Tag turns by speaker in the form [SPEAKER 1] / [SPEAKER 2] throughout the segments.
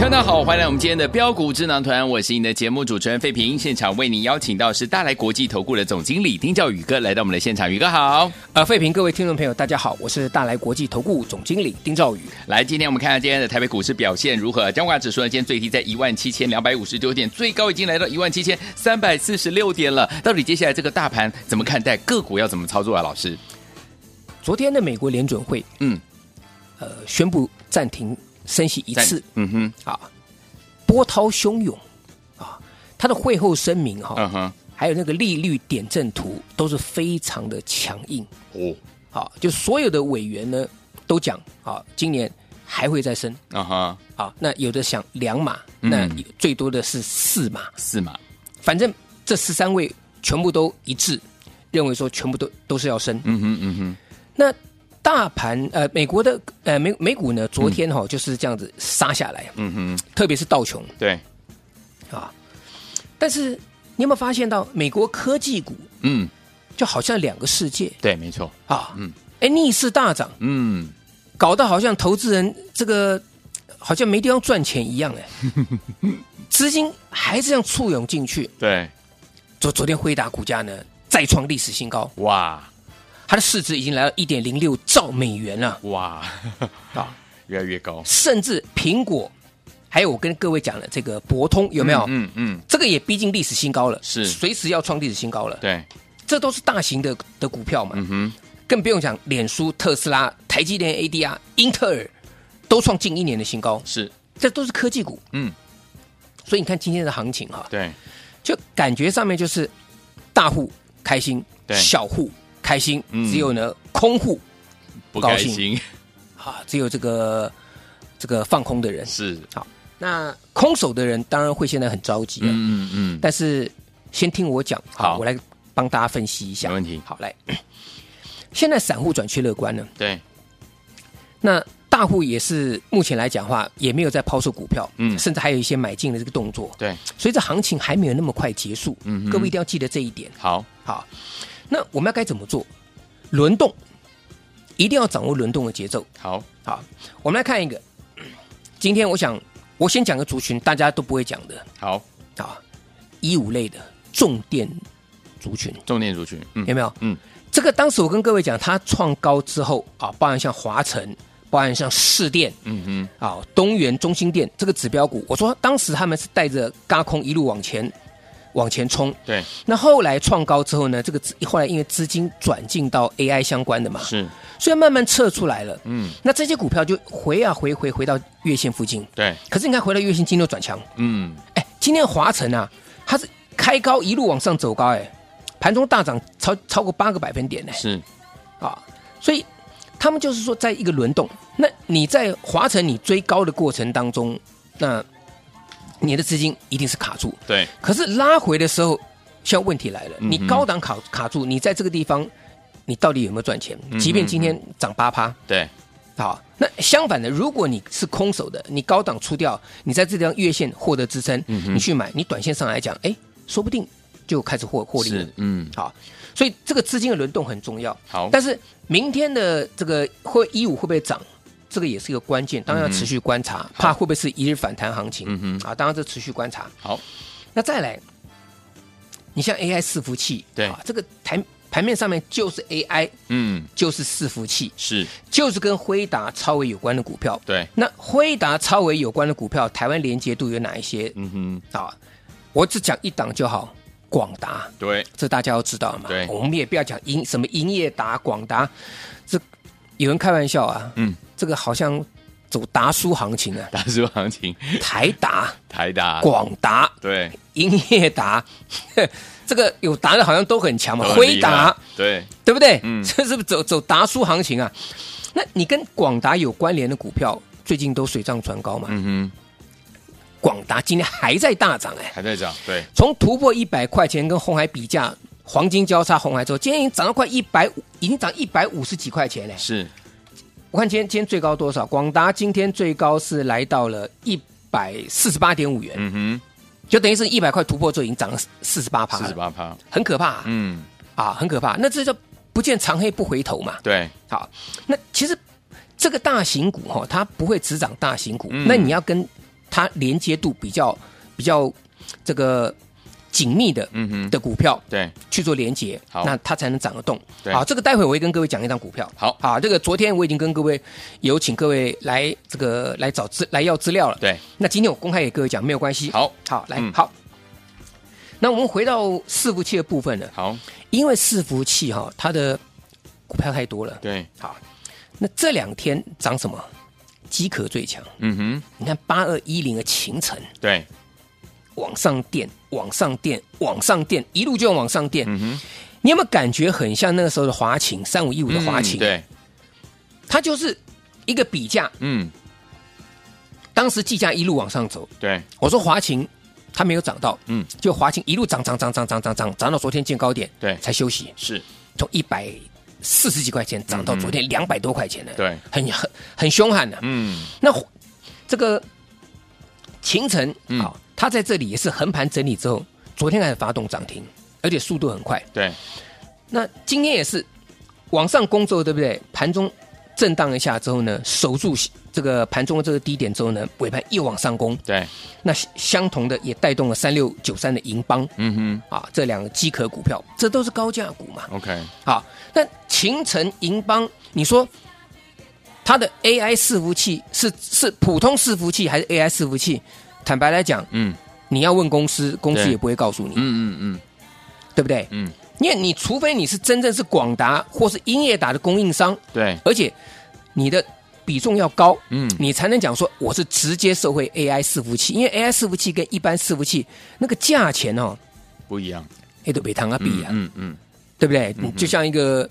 [SPEAKER 1] 大家好，欢迎来我们今天的标股智囊团，我是你的节目主持人费平。现场为您邀请到是大来国际投顾的总经理丁兆宇哥来到我们的现场，宇哥好。
[SPEAKER 2] 呃，费平，各位听众朋友，大家好，我是大来国际投顾总经理丁兆宇。
[SPEAKER 1] 来，今天我们看看今天的台北股市表现如何？加权指数呢，今天最低在一万七千两百五十九点，最高已经来到一万七千三百四十六点了。到底接下来这个大盘怎么看待？个股要怎么操作啊？老师，
[SPEAKER 2] 昨天的美国联准会
[SPEAKER 1] 嗯
[SPEAKER 2] 呃宣布暂停升息一次，
[SPEAKER 1] 嗯哼，
[SPEAKER 2] 啊，波涛汹涌啊，它的会后声明哈、
[SPEAKER 1] 嗯哼，
[SPEAKER 2] 还有那个利率点阵图都是非常的强硬
[SPEAKER 1] 哦，
[SPEAKER 2] 啊，就所有的委员呢都讲啊，今年还会再升
[SPEAKER 1] 啊哈，
[SPEAKER 2] 啊，那有的想两码，
[SPEAKER 1] 嗯
[SPEAKER 2] 那最多的是四码，
[SPEAKER 1] 是嘛？
[SPEAKER 2] 反正这十三位全部都一致认为说全部都都是要升，
[SPEAKER 1] 嗯哼嗯哼，
[SPEAKER 2] 那大盘呃，美国的呃美美股呢，昨天哈、就是这样子杀下来，
[SPEAKER 1] 嗯哼，
[SPEAKER 2] 特别是道琼
[SPEAKER 1] 对，
[SPEAKER 2] 啊。但是你有没有发现到，美国科技股
[SPEAKER 1] 嗯
[SPEAKER 2] 就好像两个世界
[SPEAKER 1] 对，没错，
[SPEAKER 2] 啊？
[SPEAKER 1] 嗯
[SPEAKER 2] 嗯，哎，逆势大涨，
[SPEAKER 1] 嗯
[SPEAKER 2] 搞得好像投资人这个好像没地方赚钱一样哎，资金还是这样簇涌进去。
[SPEAKER 1] 对，
[SPEAKER 2] 昨昨天辉达股价呢再创历史新高，
[SPEAKER 1] 哇
[SPEAKER 2] 它的市值已经来到一点零六兆美元了
[SPEAKER 1] 哇，
[SPEAKER 2] 啊！
[SPEAKER 1] 越来越高，
[SPEAKER 2] 甚至苹果，还有我跟各位讲的这个博通有没有？
[SPEAKER 1] 嗯嗯，
[SPEAKER 2] 这个也逼近历史新高了，
[SPEAKER 1] 是
[SPEAKER 2] 随时要创历史新高了。
[SPEAKER 1] 对，
[SPEAKER 2] 这都是大型的的股票嘛，
[SPEAKER 1] 嗯哼，
[SPEAKER 2] 更不用讲脸书、特斯拉、台积电、ADR、英特尔都创近一年的新高，
[SPEAKER 1] 是，
[SPEAKER 2] 这都是科技股。
[SPEAKER 1] 嗯，
[SPEAKER 2] 所以你看今天的行情哈、
[SPEAKER 1] 对，
[SPEAKER 2] 就感觉上面就是大户开心，
[SPEAKER 1] 对
[SPEAKER 2] 小户开心，
[SPEAKER 1] 嗯
[SPEAKER 2] 只有呢空户
[SPEAKER 1] 不
[SPEAKER 2] 高
[SPEAKER 1] 开
[SPEAKER 2] 兴
[SPEAKER 1] 心
[SPEAKER 2] 啊，只有这个这个放空的 人。
[SPEAKER 1] 是，
[SPEAKER 2] 那空手的人当然会现在很着急、啊，
[SPEAKER 1] 嗯嗯嗯，
[SPEAKER 2] 但是先听我讲，
[SPEAKER 1] 好
[SPEAKER 2] 我来帮大家分析一下。
[SPEAKER 1] 没问题
[SPEAKER 2] 好，来，现在散户转趋乐观了，
[SPEAKER 1] 对，
[SPEAKER 2] 那大户也是目前来讲的话，也没有在抛售股票，
[SPEAKER 1] 嗯
[SPEAKER 2] 甚至还有一些买进的这个动作，
[SPEAKER 1] 对，
[SPEAKER 2] 所以这行情还没有那么快结束。
[SPEAKER 1] 嗯哼
[SPEAKER 2] 各位一定要记得这一点。
[SPEAKER 1] 好，
[SPEAKER 2] 好，那我们要该怎么做？轮动，一定要掌握轮动的节奏。
[SPEAKER 1] 好，
[SPEAKER 2] 好，我们来看一个，今天我想我先讲个族群，大家都不会讲的。
[SPEAKER 1] 好，
[SPEAKER 2] 啊，一五类的重电族群
[SPEAKER 1] 重点族群，嗯
[SPEAKER 2] 有没有？
[SPEAKER 1] 嗯，
[SPEAKER 2] 这个当时我跟各位讲，它创高之后啊，包含像华晨，包含像市电
[SPEAKER 1] 嗯哼，
[SPEAKER 2] 啊、东元、中兴电这个指标股，我说当时他们是带着嘎空一路往前往前冲。
[SPEAKER 1] 对，
[SPEAKER 2] 那后来创高之后呢，这个资后来因为资金转进到 AI 相关的嘛，
[SPEAKER 1] 是，
[SPEAKER 2] 所以慢慢撤出来了。
[SPEAKER 1] 嗯，
[SPEAKER 2] 那这些股票就回啊回回回到月线附近，
[SPEAKER 1] 对，
[SPEAKER 2] 可是你看回到月线，今天又转强。
[SPEAKER 1] 嗯，
[SPEAKER 2] 哎，今天华晨啊，它是开高一路往上走高，哎，盘中大涨超超过八个百分点呢，
[SPEAKER 1] 是，
[SPEAKER 2] 啊，所以他们就是说在一个轮动。那你在华晨你追高的过程当中，那你的资金一定是卡住，
[SPEAKER 1] 对，
[SPEAKER 2] 可是拉回的时候，现在问题来了，
[SPEAKER 1] 嗯哼
[SPEAKER 2] 你高档卡卡住，你在这个地方你到底有没有赚钱？
[SPEAKER 1] 嗯哼
[SPEAKER 2] 即便今天涨八趴，
[SPEAKER 1] 对，
[SPEAKER 2] 好，那相反的，如果你是空手的，你高档出掉，你在这条月线获得支撑，
[SPEAKER 1] 嗯哼
[SPEAKER 2] 你去买，你短线上来讲，哎，说不定就开始获获利了
[SPEAKER 1] 是，。哦嗯，
[SPEAKER 2] 好，所以这个资金的轮动很重要。
[SPEAKER 1] 好，
[SPEAKER 2] 但是明天的这个会，E 一五会不会涨，这个也是一个关键，当然要持续观察，怕会不会是一日反弹行情。
[SPEAKER 1] 嗯
[SPEAKER 2] 啊，当然这持续观察。
[SPEAKER 1] 好，
[SPEAKER 2] 那再来，你像 AI 伺服器，
[SPEAKER 1] 对
[SPEAKER 2] 啊，这个台盘面上面就是 AI，
[SPEAKER 1] 嗯，
[SPEAKER 2] 就是伺服器，
[SPEAKER 1] 是，
[SPEAKER 2] 就是跟辉达、超维有关的股票。
[SPEAKER 1] 对，
[SPEAKER 2] 那辉达、超维有关的股票，台湾连接度有哪一些
[SPEAKER 1] 嗯哼，
[SPEAKER 2] 啊？我只讲一档就好，广达，
[SPEAKER 1] 对，
[SPEAKER 2] 这大家要知道嘛。
[SPEAKER 1] 对
[SPEAKER 2] 我们也不要讲营什么营业达、广达，这有人开玩笑啊，
[SPEAKER 1] 嗯，
[SPEAKER 2] 这个好像走达叔行情啊，
[SPEAKER 1] 大叔行情，
[SPEAKER 2] 台 达、
[SPEAKER 1] 台达，
[SPEAKER 2] 广达、
[SPEAKER 1] 对，
[SPEAKER 2] 英业达， 这个有达的好像都很强嘛，
[SPEAKER 1] 都很
[SPEAKER 2] 辉
[SPEAKER 1] 厉害
[SPEAKER 2] 达，
[SPEAKER 1] 对，
[SPEAKER 2] 对不对？
[SPEAKER 1] 嗯
[SPEAKER 2] 这是不是走走达叔行情啊？那你跟广达有关联的股票，最近都水涨船高嘛？
[SPEAKER 1] 嗯哼，
[SPEAKER 2] 广达今天还在大涨哎，
[SPEAKER 1] 还在涨，对，
[SPEAKER 2] 从突破一百块钱跟红海比价，黄金交叉红海之后，今天已经涨到快一百五，已经涨一百五十几块钱嘞。
[SPEAKER 1] 是，
[SPEAKER 2] 我看今天今天最高多少？广达今天最高是来到了一百四十八点五元，
[SPEAKER 1] 嗯
[SPEAKER 2] 就等于是一百块突破之后已经涨了四十八
[SPEAKER 1] 哼，
[SPEAKER 2] 趴
[SPEAKER 1] 四十
[SPEAKER 2] 了，
[SPEAKER 1] 八趴，
[SPEAKER 2] 很可怕啊,、
[SPEAKER 1] 嗯，
[SPEAKER 2] 啊，很可怕。那这叫不见长黑不回头嘛。
[SPEAKER 1] 对，
[SPEAKER 2] 好，那其实这个大型股哈、它不会只涨大型股，
[SPEAKER 1] 嗯
[SPEAKER 2] 那你要跟它连接度比较比较这个紧密的、
[SPEAKER 1] 嗯哼，
[SPEAKER 2] 的股票
[SPEAKER 1] 对，
[SPEAKER 2] 去做连接，
[SPEAKER 1] 好
[SPEAKER 2] 那它才能涨得动。
[SPEAKER 1] 对
[SPEAKER 2] 好，这个待会我会跟各位讲一张股票。
[SPEAKER 1] 好
[SPEAKER 2] 好，这个昨天我已经跟各位有请各位来这个来找资来要资料了。
[SPEAKER 1] 对，
[SPEAKER 2] 那今天我公开给各位讲，没有关系。，
[SPEAKER 1] 好，
[SPEAKER 2] 好，来、
[SPEAKER 1] 嗯
[SPEAKER 2] 好。那我们回到伺服器的部分了，
[SPEAKER 1] 好，
[SPEAKER 2] 因为伺服器哈、它的股票太多了。
[SPEAKER 1] 对，
[SPEAKER 2] 好，那这两天涨什么？机壳最强，
[SPEAKER 1] 嗯哼，
[SPEAKER 2] 你看八二一零的秦城
[SPEAKER 1] 对，
[SPEAKER 2] 往上垫，往上垫，往上垫，一路就往上垫。
[SPEAKER 1] 嗯哼，
[SPEAKER 2] 你有没有感觉很像那个时候的华勤三五一五的华勤？
[SPEAKER 1] 嗯，对，
[SPEAKER 2] 它就是一个比价，
[SPEAKER 1] 嗯，
[SPEAKER 2] 当时计价一路往上走。
[SPEAKER 1] 对，
[SPEAKER 2] 我说华勤它没有涨到，
[SPEAKER 1] 嗯，
[SPEAKER 2] 就华勤一路涨涨涨涨涨涨涨涨到昨天见高点，
[SPEAKER 1] 对
[SPEAKER 2] 才休息，
[SPEAKER 1] 是，
[SPEAKER 2] 从一百四十几块钱涨到昨天两百多块钱呢，
[SPEAKER 1] 嗯对，
[SPEAKER 2] 很很很凶悍啊的、
[SPEAKER 1] 嗯，
[SPEAKER 2] 那这个秦城
[SPEAKER 1] 嗯
[SPEAKER 2] 啊，它在这里也是横盘整理之后，昨天开始发动涨停，而且速度很快。
[SPEAKER 1] 对，
[SPEAKER 2] 那今天也是往上攻之后，对不对？盘中震荡一下之后呢，守住这个盘中的这个低点之后呢，尾盘又往上攻。
[SPEAKER 1] 对，
[SPEAKER 2] 那相同的也带动了三六九三的银邦
[SPEAKER 1] 嗯
[SPEAKER 2] 啊，这两个机壳股票，这都是高价股嘛。
[SPEAKER 1] 哼，OK，
[SPEAKER 2] 啊，那秦城银邦，你说它的 AI 伺服器是是普通伺服器还是 AI 伺服器？坦白来讲，
[SPEAKER 1] 嗯，
[SPEAKER 2] 你要问公司，公司
[SPEAKER 1] 对
[SPEAKER 2] 也不会告诉你，
[SPEAKER 1] 嗯嗯
[SPEAKER 2] 对不对？
[SPEAKER 1] 嗯嗯，
[SPEAKER 2] 因为你除非你是真正是广达或是英业达的供应商，
[SPEAKER 1] 对，
[SPEAKER 2] 而且你的比重要高，
[SPEAKER 1] 嗯，
[SPEAKER 2] 你才能讲说我是直接受惠 AI 伺服器，因为 AI 伺服器跟一般伺服器那个价钱哦，
[SPEAKER 1] 不一样，
[SPEAKER 2] 哎都没谈啊比啊，
[SPEAKER 1] 嗯嗯，
[SPEAKER 2] 对不对？你就像一个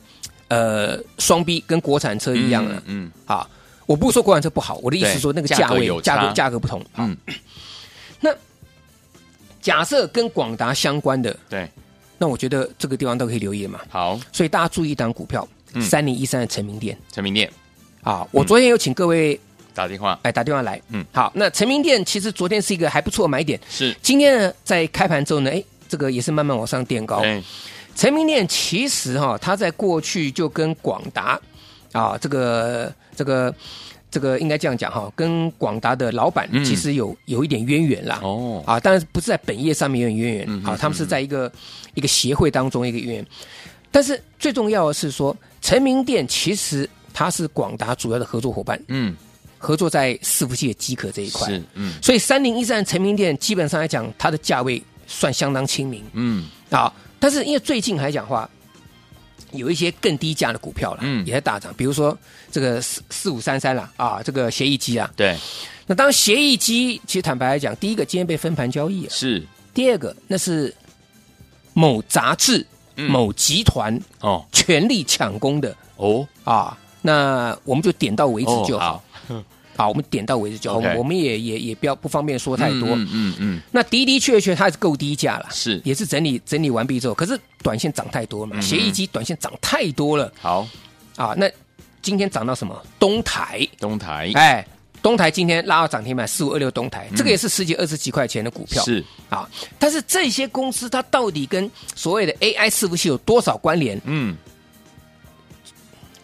[SPEAKER 2] 呃双 B 跟国产车一样啊，
[SPEAKER 1] 嗯，
[SPEAKER 2] 啊，我不是说国产车不好，我的意思
[SPEAKER 1] 对
[SPEAKER 2] 说那个
[SPEAKER 1] 价
[SPEAKER 2] 价
[SPEAKER 1] 格
[SPEAKER 2] 位
[SPEAKER 1] 有
[SPEAKER 2] 价
[SPEAKER 1] 差
[SPEAKER 2] 格价格不同。
[SPEAKER 1] 嗯嗯，
[SPEAKER 2] 假设跟广达相关的，
[SPEAKER 1] 对，
[SPEAKER 2] 那我觉得这个地方都可以留意嘛。
[SPEAKER 1] 好，
[SPEAKER 2] 所以大家注意一档股票，
[SPEAKER 1] 嗯
[SPEAKER 2] 三零一三的成名店
[SPEAKER 1] 陈明念
[SPEAKER 2] 啊，我昨天有请各位
[SPEAKER 1] 打电话
[SPEAKER 2] 哎打电话来，
[SPEAKER 1] 嗯
[SPEAKER 2] 嗯，好，那成名店其实昨天是一个还不错的买点，
[SPEAKER 1] 是，
[SPEAKER 2] 今天呢在开盘之后呢，哎。这个也是慢慢往上垫高。
[SPEAKER 1] 哎，
[SPEAKER 2] 成名店其实哈、它在过去就跟广达啊，这个这个这个应该这样讲哈、跟广达的老板
[SPEAKER 1] 嗯
[SPEAKER 2] 其实有、有一点渊源啦。
[SPEAKER 1] 哦，
[SPEAKER 2] 啊，当然不是在本业上面有点渊
[SPEAKER 1] 嗯
[SPEAKER 2] 源，
[SPEAKER 1] 哼
[SPEAKER 2] 啊，他们是在一个一个协会当中一个渊源。但是最重要的是说，成名店其实它是广达主要的合作伙伴，
[SPEAKER 1] 嗯，
[SPEAKER 2] 合作在伺服器的机壳这一块。
[SPEAKER 1] 是，嗯
[SPEAKER 2] 所以三零一三成名店基本上来讲，它的价位算相当亲民
[SPEAKER 1] 嗯，
[SPEAKER 2] 啊。但是因为最近来讲话，有一些更低价的股票了，
[SPEAKER 1] 嗯
[SPEAKER 2] 也在大涨，比如说这个四四五三三啦，啊，这个协议机啊。
[SPEAKER 1] 对，
[SPEAKER 2] 那当协议机，其实坦白来讲，第一个今天被分盘交易啊，
[SPEAKER 1] 是，
[SPEAKER 2] 第二个，那是某杂志、
[SPEAKER 1] 嗯
[SPEAKER 2] 某集团
[SPEAKER 1] 哦
[SPEAKER 2] 全力抢攻的
[SPEAKER 1] 哦，
[SPEAKER 2] 啊。那我们就点到为
[SPEAKER 1] 一
[SPEAKER 2] 止就好，，好，我们点到为止就好。
[SPEAKER 1] 哦 OK
[SPEAKER 2] 我们也也也不要不方便说太多。
[SPEAKER 1] 嗯嗯嗯，
[SPEAKER 2] 那的的确确它是够低价了，
[SPEAKER 1] 是，
[SPEAKER 2] 也是整理整理完毕之后，可是短线涨太多了嘛，
[SPEAKER 1] 嗯
[SPEAKER 2] 协议机短线涨太多了
[SPEAKER 1] 好，
[SPEAKER 2] 啊。那今天涨到什么？东台，
[SPEAKER 1] 东台，
[SPEAKER 2] 哎，东台今天拉到涨停板四五二六，东
[SPEAKER 1] 嗯
[SPEAKER 2] 台、这个也是十几二十几块钱的股票，
[SPEAKER 1] 是，
[SPEAKER 2] 啊，但是这些公司它到底跟所谓的 AI 伺服器有多少关联？
[SPEAKER 1] 嗯，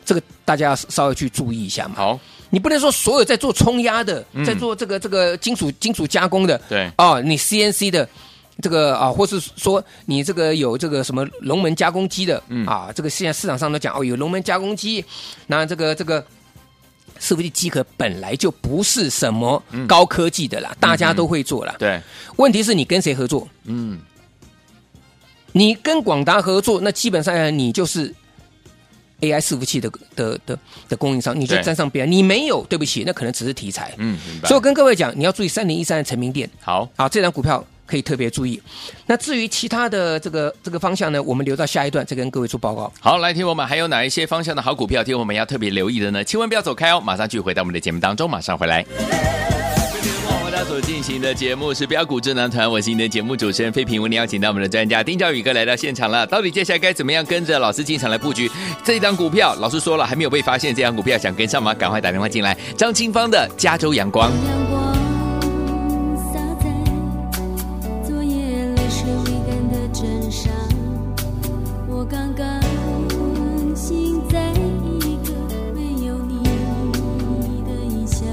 [SPEAKER 2] 这个大家要稍微去注意一下嘛。
[SPEAKER 1] 好，
[SPEAKER 2] 你不能说所有在做冲压的，
[SPEAKER 1] 嗯
[SPEAKER 2] 在做这个这个金属金属加工的，
[SPEAKER 1] 对，
[SPEAKER 2] 哦，你 CNC 的这个啊，或是说你这个有这个什么龙门加工机的，
[SPEAKER 1] 嗯
[SPEAKER 2] 啊，这个现在市场上都讲哦，有龙门加工机，那这个这个。伺服器机壳本来就不是什么
[SPEAKER 1] 嗯
[SPEAKER 2] 高科技的啦，大家都会做啦。
[SPEAKER 1] 对，
[SPEAKER 2] 问题是你跟谁合作？
[SPEAKER 1] 嗯，
[SPEAKER 2] 你跟广达合作，那基本上你就是 AI 伺服器的的的的供应商，你就
[SPEAKER 1] 对
[SPEAKER 2] 沾上边。你没有，对不起，那可能只是题材。
[SPEAKER 1] 嗯，明白。
[SPEAKER 2] 所以我跟各位讲，你要注意三零一三的成名店，
[SPEAKER 1] 好，
[SPEAKER 2] 好，这张股票可以特别注意。那至于其他的这个这个方向呢，我们留到下一段再跟各位做报告。
[SPEAKER 1] 好，来听我们还有哪一些方向的好股票，听我们要特别留意的呢？千万不要走开哦，马上去回到我们的节目当中，马上回来。为大家所进行的节目是标股智囊团，我是你的节目主持人费平。为您邀请到我们的专家丁兆宇哥来到现场了。到底接下来该怎么样跟着老师进场来布局这一档股票？老师说了，还没有被发现，这档股票想跟上吗？赶快打电话进来。张清芳的《加州阳光》。
[SPEAKER 3] 阳光洒在昨夜泪水未干的枕上，我刚刚醒，在一个没有你的异乡。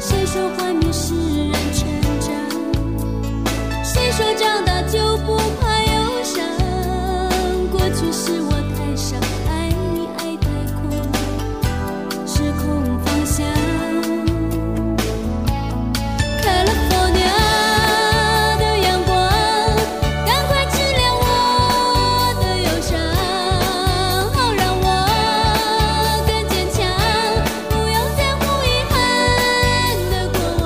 [SPEAKER 3] 谁说幻灭使人成长？谁说长大就不怕忧伤？过去是我太傻，爱你爱太苦。失控方向。California 的阳光，赶快治疗我的忧伤，好让我更坚强，不要在乎遗憾的过往。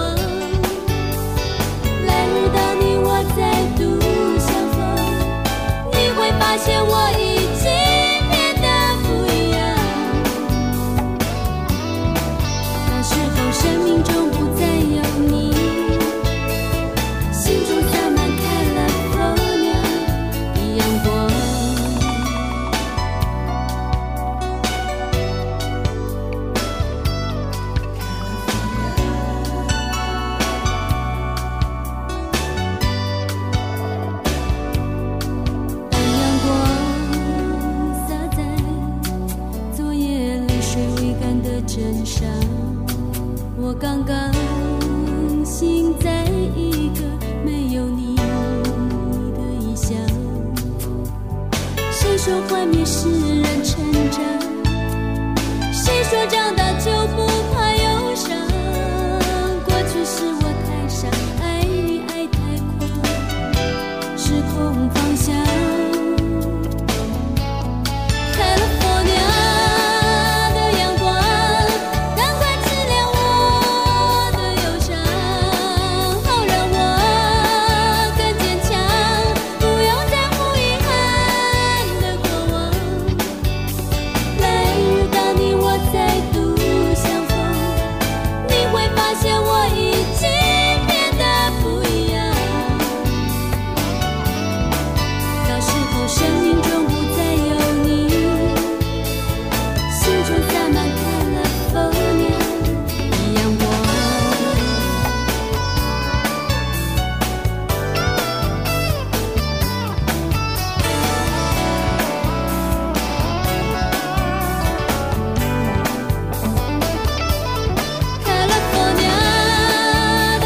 [SPEAKER 3] 来日当你我再度相逢，你会发现我已经变得不一样。那时候，生命中不再有你，心中洒满开了候鸟的阳光。当阳光洒在。昨夜泪水未干的枕上，我刚刚醒，在一个没有你的异乡。谁说幻灭使人成长？谁说长大就不怕忧伤？过去是我太傻，爱你爱太狂，失控方向。California 的阳光，赶快治疗我的忧伤，好让我更坚强，不要在乎遗憾的过往。来日当你我再度相逢，你会发现我已经变得不一样。到时候，生命中不再有你，心中洒满开了候鸟的阳光。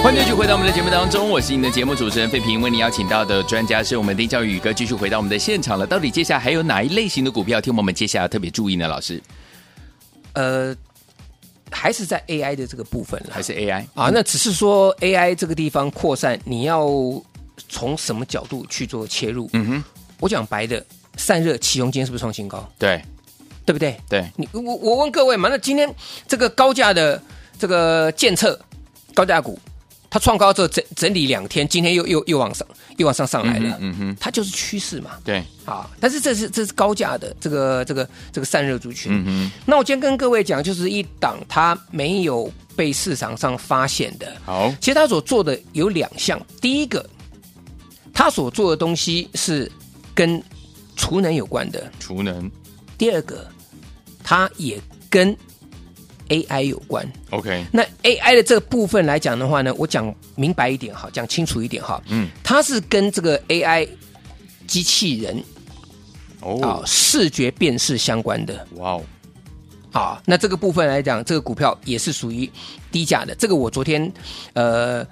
[SPEAKER 1] 欢迎继续回到我们的节目当中，我是你的节目主持人费平，为您邀请到的专家是我们丁兆宇哥，继续回到我们的现场了。到底接下来还有哪一类型的股票，听我们接下来要特别注意呢？老 师，
[SPEAKER 2] 呃，还是在 AI 的这个部分了，
[SPEAKER 1] 还是 AI？
[SPEAKER 2] 啊，那只是说 AI 这个地方扩散，你要从什么角度去做切入？
[SPEAKER 1] 嗯哼，
[SPEAKER 2] 我讲白的，散热启用今天是不是创新高？
[SPEAKER 1] 对
[SPEAKER 2] 对不对？
[SPEAKER 1] 对，
[SPEAKER 2] 你我我问各位嘛，那今天这个高价的这个建测高价股，它创高之后整整理两天，今天又又又往上又往上上来了，
[SPEAKER 1] 嗯哼嗯哼
[SPEAKER 2] 它就是趋势嘛。
[SPEAKER 1] 对，
[SPEAKER 2] 啊，但是这是这是高价的这个这个这个散热族群。
[SPEAKER 1] 嗯
[SPEAKER 2] 那我今天跟各位讲，就是一档它没有被市场上发现的。
[SPEAKER 1] 哼，好，
[SPEAKER 2] 其实它所做的有两项，第一个，它所做的东西是跟储能有关的；
[SPEAKER 1] 储能
[SPEAKER 2] 第二个，它也跟 AI 有关。
[SPEAKER 1] ，OK，
[SPEAKER 2] 那 AI 的这个部分来讲的话呢，我讲明白一点哈，讲清楚一点哈，
[SPEAKER 1] 嗯，
[SPEAKER 2] 它是跟这个 AI 机器人啊、
[SPEAKER 1] 哦，
[SPEAKER 2] 视觉辨识相关的
[SPEAKER 1] 哇哦，
[SPEAKER 2] 啊、那这个部分来讲，这个股票也是属于低价的。这个我昨天呃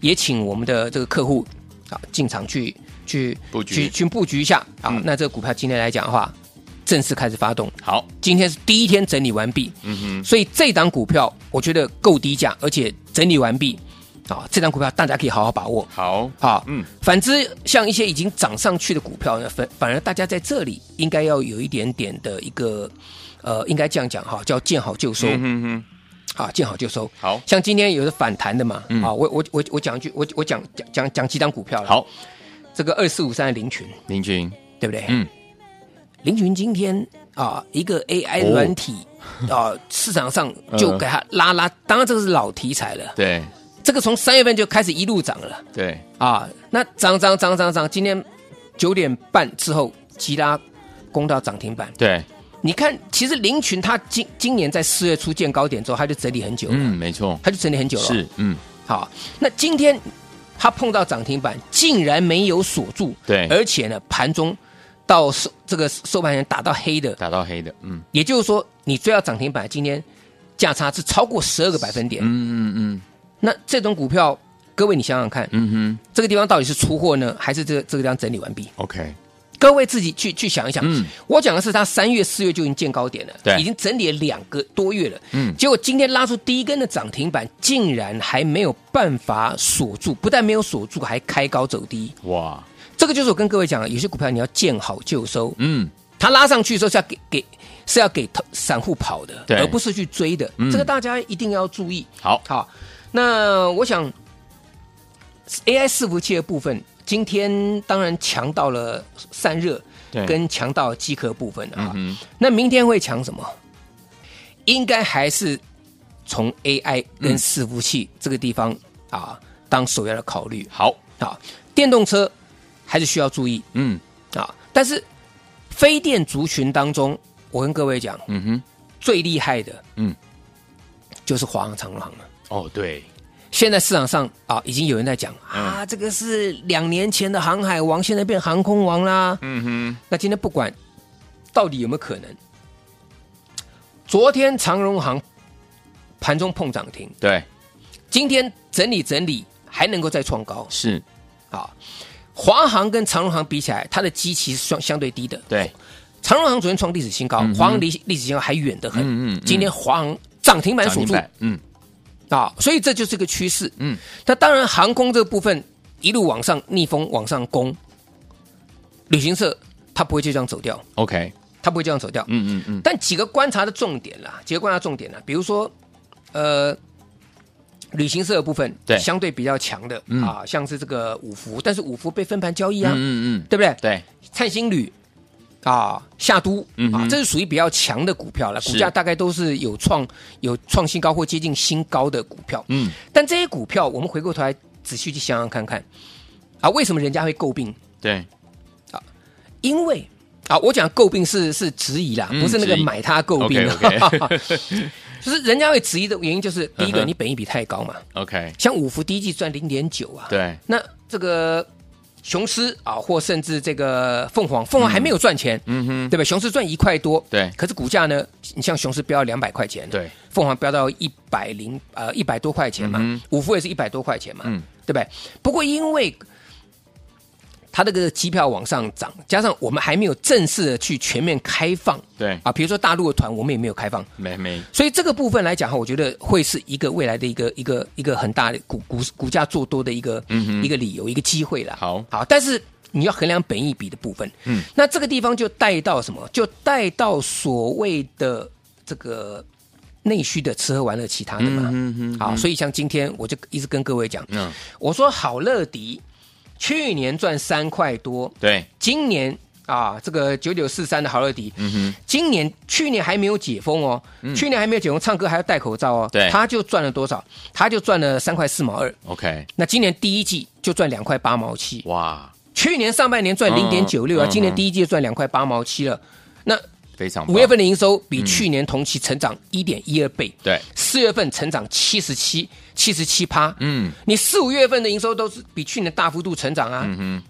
[SPEAKER 2] 也请我们的这个客户啊进场去去
[SPEAKER 1] 布局
[SPEAKER 2] 去去布局一下啊、
[SPEAKER 1] 嗯
[SPEAKER 2] 那这个股票今天来讲的话，正式开始发动，
[SPEAKER 1] 好，
[SPEAKER 2] 今天是第一天整理完毕，
[SPEAKER 1] 嗯哼，
[SPEAKER 2] 所以这档股票我觉得够低价，而且整理完毕，啊，这张股票大家可以好好把握。
[SPEAKER 1] 好，
[SPEAKER 2] 啊，
[SPEAKER 1] 嗯
[SPEAKER 2] 嗯，反之，像一些已经涨上去的股票呢，反反而大家在这里应该要有一点点的一个，呃，应该这样讲哈，叫见好就收、
[SPEAKER 1] 嗯哼哼，
[SPEAKER 2] 啊，见好就收。
[SPEAKER 1] 好嗯
[SPEAKER 2] 像今天有的反弹的嘛，啊，我我我我讲一句，我我讲讲讲讲几张股票了。，
[SPEAKER 1] 好，
[SPEAKER 2] 这个二四五三的林群，
[SPEAKER 1] 林群，
[SPEAKER 2] 对不对？
[SPEAKER 1] 嗯，
[SPEAKER 2] 林群今天啊，一个 AI
[SPEAKER 1] 哦
[SPEAKER 2] 软体、 啊，市场上就给它拉拉，当然这个是老题材了，
[SPEAKER 1] 对
[SPEAKER 2] 这个从三月份就开始一路涨了。
[SPEAKER 1] 对，
[SPEAKER 2] 啊，那涨涨涨涨涨，今天九点半之后，吉拉攻到涨停板。
[SPEAKER 1] 对，
[SPEAKER 2] 你看，其实林群它今今年在四月初见高点之后，它就整理很久了，
[SPEAKER 1] 嗯，没错，
[SPEAKER 2] 它就整理很久了。
[SPEAKER 1] 是，嗯，
[SPEAKER 2] 好，那今天它碰到涨停板，竟然没有锁住，
[SPEAKER 1] 对
[SPEAKER 2] 而且呢，盘中到收这个收盘前打到黑的，
[SPEAKER 1] 打到黑的，嗯
[SPEAKER 2] 也就是说，你追到涨停板，今天价差是超过十二个百分点。
[SPEAKER 1] 嗯嗯嗯
[SPEAKER 2] 那这种股票，各位你想想看，
[SPEAKER 1] 嗯
[SPEAKER 2] 这个地方到底是出货呢，还是这个这个地方整理完毕？
[SPEAKER 1] 哼，OK，
[SPEAKER 2] 各位自己去去想一想。
[SPEAKER 1] 嗯
[SPEAKER 2] 我讲的是它三月、四月就已经见高点了，
[SPEAKER 1] 对
[SPEAKER 2] 已经整理了两个多月了。
[SPEAKER 1] 嗯
[SPEAKER 2] 结果今天拉出第一根的涨停板，竟然还没有办法锁住，不但没有锁住，还开高走低。
[SPEAKER 1] 哇，
[SPEAKER 2] 这个就是我跟各位讲的，有些股票你要见好就收，
[SPEAKER 1] 嗯，
[SPEAKER 2] 它拉上去的时候是要给给是要给投散户跑的，
[SPEAKER 1] 对
[SPEAKER 2] 而不是去追的。
[SPEAKER 1] 嗯
[SPEAKER 2] 这个大家一定要注意。
[SPEAKER 1] 好，
[SPEAKER 2] 好，那我想 AI 伺服器的部分，今天当然强到了散热
[SPEAKER 1] 对，
[SPEAKER 2] 跟强到机壳部分啊。
[SPEAKER 1] 嗯
[SPEAKER 2] 那明天会强什么？应该还是从 AI
[SPEAKER 1] 嗯
[SPEAKER 2] 跟伺服器这个地方、啊当首要的考虑
[SPEAKER 1] 好，
[SPEAKER 2] 啊。电动车还是需要注意
[SPEAKER 1] 嗯
[SPEAKER 2] 啊，但是非电族群当中，我跟各位讲，
[SPEAKER 1] 嗯哼，
[SPEAKER 2] 最厉害的
[SPEAKER 1] 嗯，
[SPEAKER 2] 就是华航、长荣航了。
[SPEAKER 1] 哦对，
[SPEAKER 2] 现在市场上啊，已经有人在讲
[SPEAKER 1] 嗯
[SPEAKER 2] 啊，这个是两年前的航海王，现在变航空王啦。
[SPEAKER 1] 嗯哼，
[SPEAKER 2] 那今天不管到底有没有可能，昨天长荣航盘中碰涨停，
[SPEAKER 1] 对，
[SPEAKER 2] 今天整理整理还能够再创高
[SPEAKER 1] 是，
[SPEAKER 2] 啊。华航跟长荣航比起来，它的基期是相相对低的。
[SPEAKER 1] 对，
[SPEAKER 2] 长荣航昨天创历史新高，
[SPEAKER 1] 嗯哼
[SPEAKER 2] 华航离历史新高还远得很。
[SPEAKER 1] 嗯嗯嗯
[SPEAKER 2] 今天华航涨停板
[SPEAKER 1] 涨
[SPEAKER 2] 锁
[SPEAKER 1] 停
[SPEAKER 2] 住
[SPEAKER 1] 板，嗯
[SPEAKER 2] 啊，所以这就是个趋势。
[SPEAKER 1] 嗯，
[SPEAKER 2] 那当然，航空这个部分一路往上逆风往上攻，旅行社它不会就这样走掉，
[SPEAKER 1] ，OK，
[SPEAKER 2] 它不会这样走掉。
[SPEAKER 1] 嗯嗯嗯，
[SPEAKER 2] 但几个观察的重点啦，几个观察重点啦，比如说，呃，旅行社的部分
[SPEAKER 1] 对
[SPEAKER 2] 相对比较强的、
[SPEAKER 1] 嗯
[SPEAKER 2] 啊，像是这个五福，但是五福被分盘交易啊，
[SPEAKER 1] 嗯嗯嗯，
[SPEAKER 2] 对不对？
[SPEAKER 1] 对，
[SPEAKER 2] 灿星旅啊，夏都
[SPEAKER 1] 嗯哼
[SPEAKER 2] 啊，这是属于比较强的股票了，
[SPEAKER 1] 是
[SPEAKER 2] 股价大概都是有创有创新高或接近新高的股票。
[SPEAKER 1] 嗯
[SPEAKER 2] 但这些股票，我们回过头来仔细去想想看看啊，为什么人家会诟病？
[SPEAKER 1] 对，
[SPEAKER 2] 因为啊，我讲诟病是是质疑啦，
[SPEAKER 1] 嗯
[SPEAKER 2] 不是那个
[SPEAKER 1] 质疑
[SPEAKER 2] 买它诟病。
[SPEAKER 1] OK，OK
[SPEAKER 2] 就是人家会质疑的原因，就是第一
[SPEAKER 1] 嗯
[SPEAKER 2] 个，
[SPEAKER 1] 哼
[SPEAKER 2] 你本益比太高嘛，
[SPEAKER 1] OK，
[SPEAKER 2] 像五福第一季赚零点九啊，，
[SPEAKER 1] 对，
[SPEAKER 2] 那这个雄狮啊，或甚至这个凤凰，凤凰还没有赚钱，
[SPEAKER 1] 嗯哼，
[SPEAKER 2] 对吧？雄狮赚一块多，
[SPEAKER 1] 对
[SPEAKER 2] 可是股价呢？你像雄狮飙两百块钱，，
[SPEAKER 1] 对，
[SPEAKER 2] 凤凰飙到一百零呃一百多块钱嘛
[SPEAKER 1] 嗯，
[SPEAKER 2] 五福也是一百多块钱嘛，
[SPEAKER 1] 嗯
[SPEAKER 2] 对不对？不过因为它这个机票往上涨，加上我们还没有正式的去全面开放
[SPEAKER 1] 对，
[SPEAKER 2] 啊，比如说大陆的团，我们也没有开放，
[SPEAKER 1] 没没，
[SPEAKER 2] 所以这个部分来讲哈，我觉得会是一个未来的一个一个一个很大的股股股价做多的一个、
[SPEAKER 1] 嗯哼
[SPEAKER 2] 一个理由，一个机会啦。
[SPEAKER 1] 好
[SPEAKER 2] 好，但是你要衡量本益比的部分，
[SPEAKER 1] 嗯，
[SPEAKER 2] 那这个地方就带到什么？就带到所谓的这个内需的吃喝玩乐其他的嘛。
[SPEAKER 1] 嗯哼嗯哼
[SPEAKER 2] 好，所以像今天我就一直跟各位讲，
[SPEAKER 1] 嗯，
[SPEAKER 2] 我说好乐迪去年赚三块多，
[SPEAKER 1] 对，
[SPEAKER 2] 今年啊，这个九九四三的好乐迪，
[SPEAKER 1] 嗯哼，嗯
[SPEAKER 2] 今年去年还没有解封哦，去年还没有解封，唱歌还要戴口罩哦，
[SPEAKER 1] 对
[SPEAKER 2] 他就赚了多少？他就赚了三块四毛二。
[SPEAKER 1] ，OK，
[SPEAKER 2] 那今年第一季就赚两块八毛七，
[SPEAKER 1] 哇，
[SPEAKER 2] 去年上半年赚零点九六啊
[SPEAKER 1] 嗯，
[SPEAKER 2] 今年第一季就赚两块八毛七了。那
[SPEAKER 1] 非常棒
[SPEAKER 2] 五月份的营收比去年同期成长一点一二倍，
[SPEAKER 1] 嗯对，
[SPEAKER 2] 四月份成长七十七七十七趴，
[SPEAKER 1] 嗯
[SPEAKER 2] 你四五月份的营收都是比去年大幅度成长啊，
[SPEAKER 1] 嗯哼，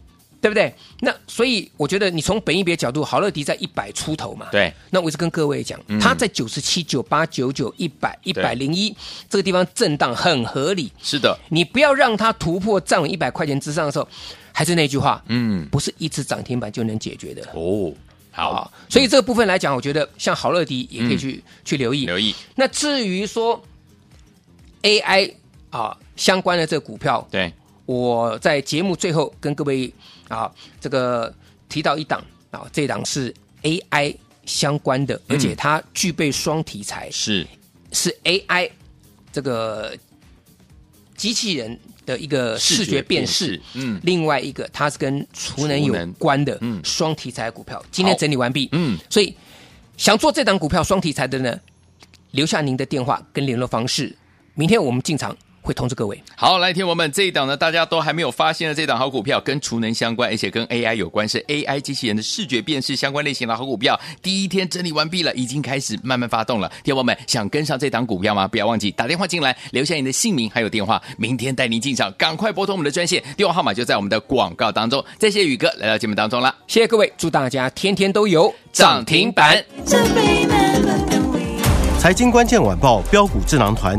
[SPEAKER 2] 对不对？那所以我觉得你从本一比的角度，好乐迪在一百出头嘛，
[SPEAKER 1] 对，嗯
[SPEAKER 2] 那我一直跟各位讲，它在九十七、九八、九九、一百、一百零一这个地方震荡很合理，
[SPEAKER 1] 是的，
[SPEAKER 2] 你不要让它突破站稳一百块钱之上的时候，还是那句话，
[SPEAKER 1] 嗯，
[SPEAKER 2] 不是一只涨停板就能解决的。啊
[SPEAKER 1] 哦，好，，嗯
[SPEAKER 2] 所以这个部分来讲，我觉得像好乐迪也可以去、去留意。
[SPEAKER 1] 留意，
[SPEAKER 2] 那至于说 AI 啊，相关的这个股票，
[SPEAKER 1] 对，
[SPEAKER 2] 我在节目最后跟各位啊，这个提到一档啊，这档是 AI 相关的，而且它具备双题材，
[SPEAKER 1] 是
[SPEAKER 2] 是 AI 这个机器人的一个视觉辨识，
[SPEAKER 1] 嗯
[SPEAKER 2] 另外一个它是跟储能
[SPEAKER 1] 储
[SPEAKER 2] 有
[SPEAKER 1] 能
[SPEAKER 2] 关的
[SPEAKER 1] 嗯
[SPEAKER 2] 双题材股票。今天
[SPEAKER 1] 好
[SPEAKER 2] 整理完毕，
[SPEAKER 1] 嗯，
[SPEAKER 2] 所以想做这档股票双题材的呢，留下您的电话跟联络方式，明天我们进场会通知各位。
[SPEAKER 1] 好，来，听我们这一档呢，大家都还没有发现的这档好股票，跟储能相关，而且跟 AI 有关，是 AI 机器人的视觉辨识相关类型的好股票。第一天整理完毕了，已经开始慢慢发动了。听友们想跟上这档股票吗？不要忘记打电话进来，留下你的姓名还有电话，明天带您进场，赶快拨通我们的专线，电话号码就在我们的广告当中。再谢谢宇哥来到节目当中啦，
[SPEAKER 2] 谢谢各位，祝大家天天都有
[SPEAKER 1] 涨停板。
[SPEAKER 4] 财经关键晚报标股智囊团